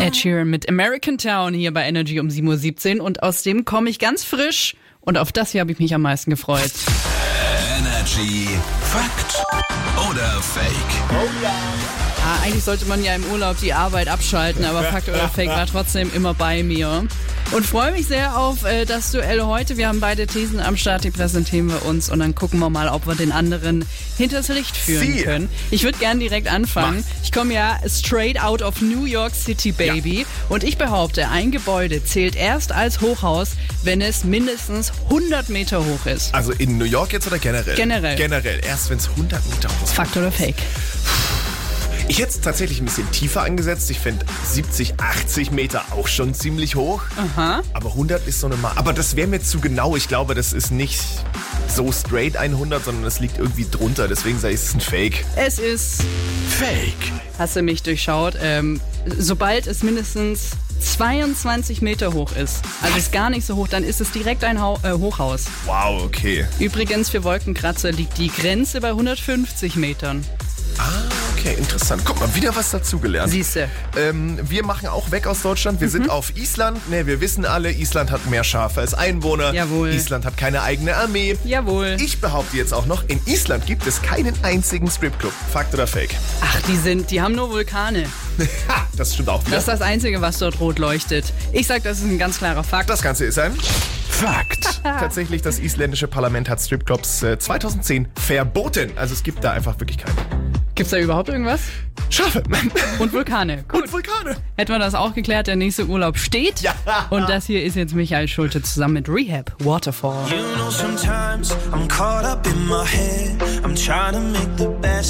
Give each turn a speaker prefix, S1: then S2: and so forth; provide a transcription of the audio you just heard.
S1: Ed Sheeran mit American Town hier bei Energy um 7.17 Uhr und aus dem komme ich ganz frisch und auf das hier habe ich mich am meisten gefreut.
S2: Energy Fakt oder Fake?
S1: Ah, eigentlich sollte man ja im Urlaub die Arbeit abschalten, aber Fakt oder Fake war trotzdem immer bei mir. Und freue mich sehr auf äh, das Duell heute. Wir haben beide Thesen am Start, die präsentieren wir uns und dann gucken wir mal, ob wir den anderen hinters Licht führen
S3: Sie.
S1: können. Ich würde gerne direkt anfangen. Ich komme ja straight out of New York City, Baby. Und ich behaupte, ein Gebäude zählt erst als Hochhaus, wenn es mindestens 100 Meter hoch ist.
S3: Also in New York jetzt oder generell?
S1: Generell.
S3: Generell. Erst wenn es 100 Meter hoch ist.
S1: Fakt oder Fake?
S3: Ich hätte es tatsächlich ein bisschen tiefer angesetzt. Ich fände 70, 80 Meter auch schon ziemlich hoch.
S1: Aha.
S3: Aber 100 ist so eine Ma Aber das wäre mir zu genau. Ich glaube, das ist nicht so straight 100, sondern das liegt irgendwie drunter. Deswegen sage ich, es ist ein Fake.
S1: Es ist
S3: Fake.
S1: hast du mich durchschaut. Ähm, sobald es mindestens 22 Meter hoch ist, also ist gar nicht so hoch, dann ist es direkt ein Hau äh, Hochhaus.
S3: Wow, okay.
S1: Übrigens für Wolkenkratzer liegt die Grenze bei 150 Metern.
S3: Ah, okay, interessant. Guck mal, wieder was dazugelernt.
S1: Siehste.
S3: Ähm, wir machen auch weg aus Deutschland. Wir
S1: Mhm.
S3: sind auf Island. Ne, wir wissen alle, Island hat mehr Schafe als Einwohner.
S1: Jawohl.
S3: Island hat keine eigene Armee.
S1: Jawohl.
S3: Ich behaupte jetzt auch noch, in Island gibt es keinen einzigen Stripclub. Fakt oder Fake?
S1: Ach, die sind, die haben nur Vulkane.
S3: Ha, das stimmt auch wieder.
S1: Das ist das Einzige, was dort rot leuchtet. Ich sag, das ist ein ganz klarer Fakt.
S3: das Ganze ist ein...
S2: Fakt.
S3: Tatsächlich, das isländische Parlament hat Stripclubs äh, 2010 verboten. Also es gibt da einfach wirklich keine
S1: Gibt's da überhaupt irgendwas?
S3: Schafe
S1: Und Vulkane. Gut.
S3: und Vulkane.
S1: Hätten wir das auch geklärt, der nächste Urlaub steht.
S3: Ja.
S1: Und das hier ist jetzt Michael Schulte zusammen mit Rehab Waterfall.
S4: You know, sometimes I'm caught up in my head. I'm trying to make the best